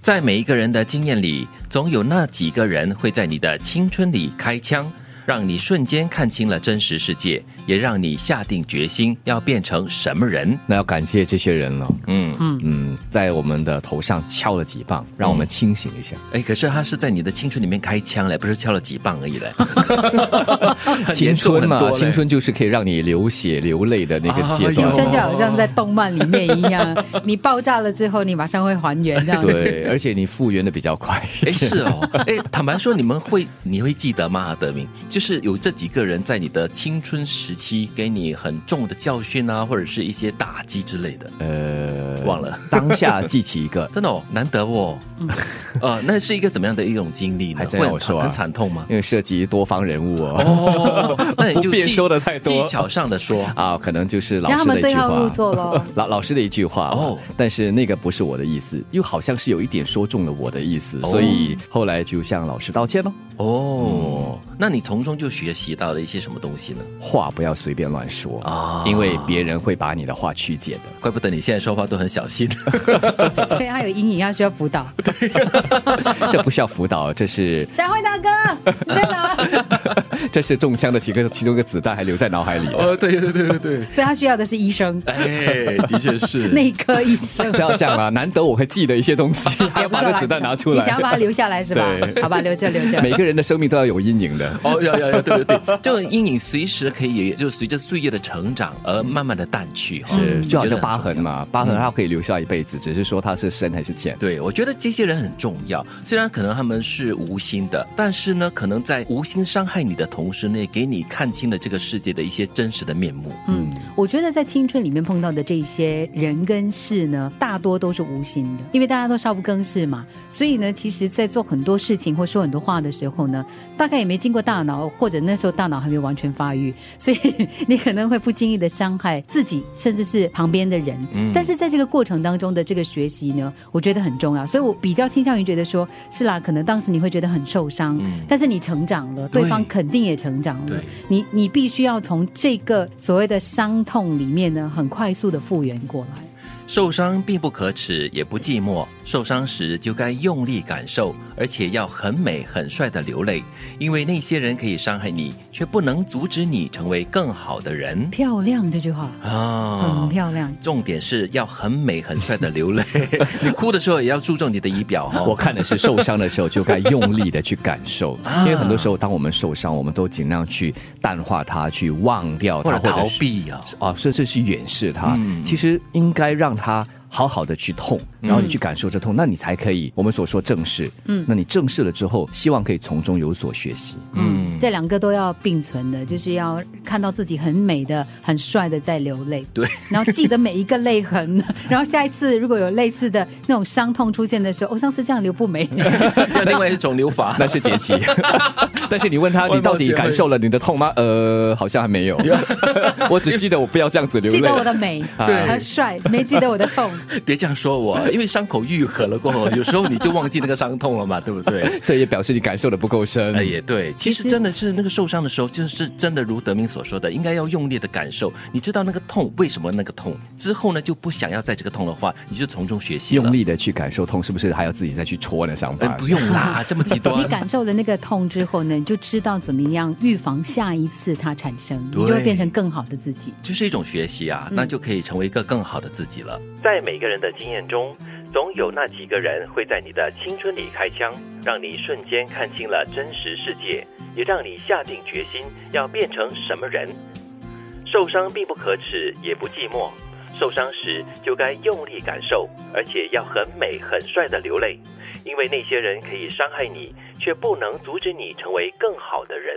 在每一个人的经验里，总有那几个人会在你的青春里开枪，让你瞬间看清了真实世界，也让你下定决心要变成什么人。那要感谢这些人了，嗯，嗯，在我们的头上敲了几棒，让我们清醒 一下。哎，可是他是在你的青春里面开枪嘞，不是敲了几 棒而啊已嘞。青春很嘛，多嘞青春就是可以让你流血流泪的那个节奏。哎青呦春就好像在动漫里面一样，你爆炸了之后，你马上会还原这样子。对，而且你复原的比 较快。哎，是哦，哎，坦白说，你们会你会记得吗？德明，就是有这几个人在你的青春时期给你很重的教训啊，或者是一些打击之类的，呃，忘了，，当下记起一个 真的哦，难得哦。呃，那是一个怎么样的一种经历呢？还真会要很说啊很惨痛吗？因为涉及多方人物哦。哦，那你就不便技说得太多技巧上的说。 啊，可能就是老让他师的们一句对号入话。座喽。老老师的一句话哦哦，但是那个不是我的意思，又好像是有一点说中了我的意思，所以后来就向老师道歉喽。哦，那你从中就学习到了一些什么东西呢？话不要随便乱说啊啊，因为别人会把你的话曲解的。 怪不得你现在说话都很小心。 所以他有阴影，他需要辅导。这不需要辅导，这是佳慧大哥，啊你在 哪？这是中枪的其中其中一个子弹还留在脑海里。 哦，对对对对对，所以他需要的是医生， 哎，的确是。内科医 生不。要这样啦，难得我会记得一些东西，还也要不把错那啦子弹拿出你想要把它来。留下来是吧？ 对好吧，留着留着。每个人的生命都要有阴影的。哦，有有有，对对对，这种阴影随时可以，就随着岁月的成长而慢慢的淡去，哦是，就好这像疤痕。嘛，疤痕它可以留下一辈子，只是说它是深还是浅。对，我觉得这些人很重要，虽然可能他们是无心的，但是呢，可能在无心伤害你的同时呢，给你看清了这个世界的一些真实的面目。嗯，我觉得在青春里面碰到的这些人跟事呢，大多都是无心的，因为大家都少不更事嘛。所以呢，其实，在做很多事情或说很多话的时候呢，大概也没经过大脑，或者那时候大脑还没完全发育， 所以你可能会不经意的伤害自己，甚至是旁边的人。但是在这个过程当中的这个学习呢，我觉得很重要。所以我比较倾向于觉得说，是啦，可能当时你会觉得很受伤，但是你成长了，对对方肯定也成长对了。你你必须要从这个所谓的伤痛里面呢，很快速的复原过来。受伤并不可耻，也不寂寞。受伤时就该用力感受，而且要很美很帅的流泪，因为那些人可以伤害你，却不能阻止你成为更好的人漂亮这句话，啊很漂亮。重点是要很美很帅的流泪， 你哭的时候也要注重你的仪表哈、我看的是受伤的时候就该用力的去感受，因为很多时候当我们受伤，我们都尽量去淡化它，去忘掉或它，者逃是避啊。啊，甚至是掩饰它。嗯其实应该让它好好的去痛，然嗯后你去感受这痛，那你才可以我们所说正视。嗯，那你正视了之后，希望可以从中有所学习。嗯，这两个都要并存的，就是要看到自己很美的、很帅的在流泪，对，然后记得每一个泪痕， 然后下一次如果有类似的那种伤痛出现的时候，哦，上次这样流不美，那 另外一种流法那是杰奇，但是你问他，外貌你到底协会感受了你的痛吗？呃，好像还没有。 我只记得我不要这样子流记泪得。我的美对和帅，没记得我的痛。 别这样说我，因为伤口愈合了过后，有时候你就忘记那个伤痛了嘛，对不对？所以也表示你感受的不够深。哎，也对，其实其实真的是那个受伤的时候，就是真的如德明所说的，应该要用力的感受。你知道那个痛为什么那个痛之后呢，就不想要在这个痛的话，你就从中学习了。用力的去感受痛，是不是还要自己再去戳那伤哎，疤？不用 啦，这么极端你。感受了那个痛之后呢，你就知道怎么样预防下一次它产生，你对就会变成更好的自己。就是一种学习啊，那就可以成为一个更好的自己了。在每个人的经验中，总有那几个人会在你的青春里开枪，让你瞬间看清了真实世界，也让你下定决心要变成什么人。受伤并不可耻，也不寂寞。受伤时就该用力感受，而且要很美很帅的流泪，因为那些人可以伤害你，却不能阻止你成为更好的人。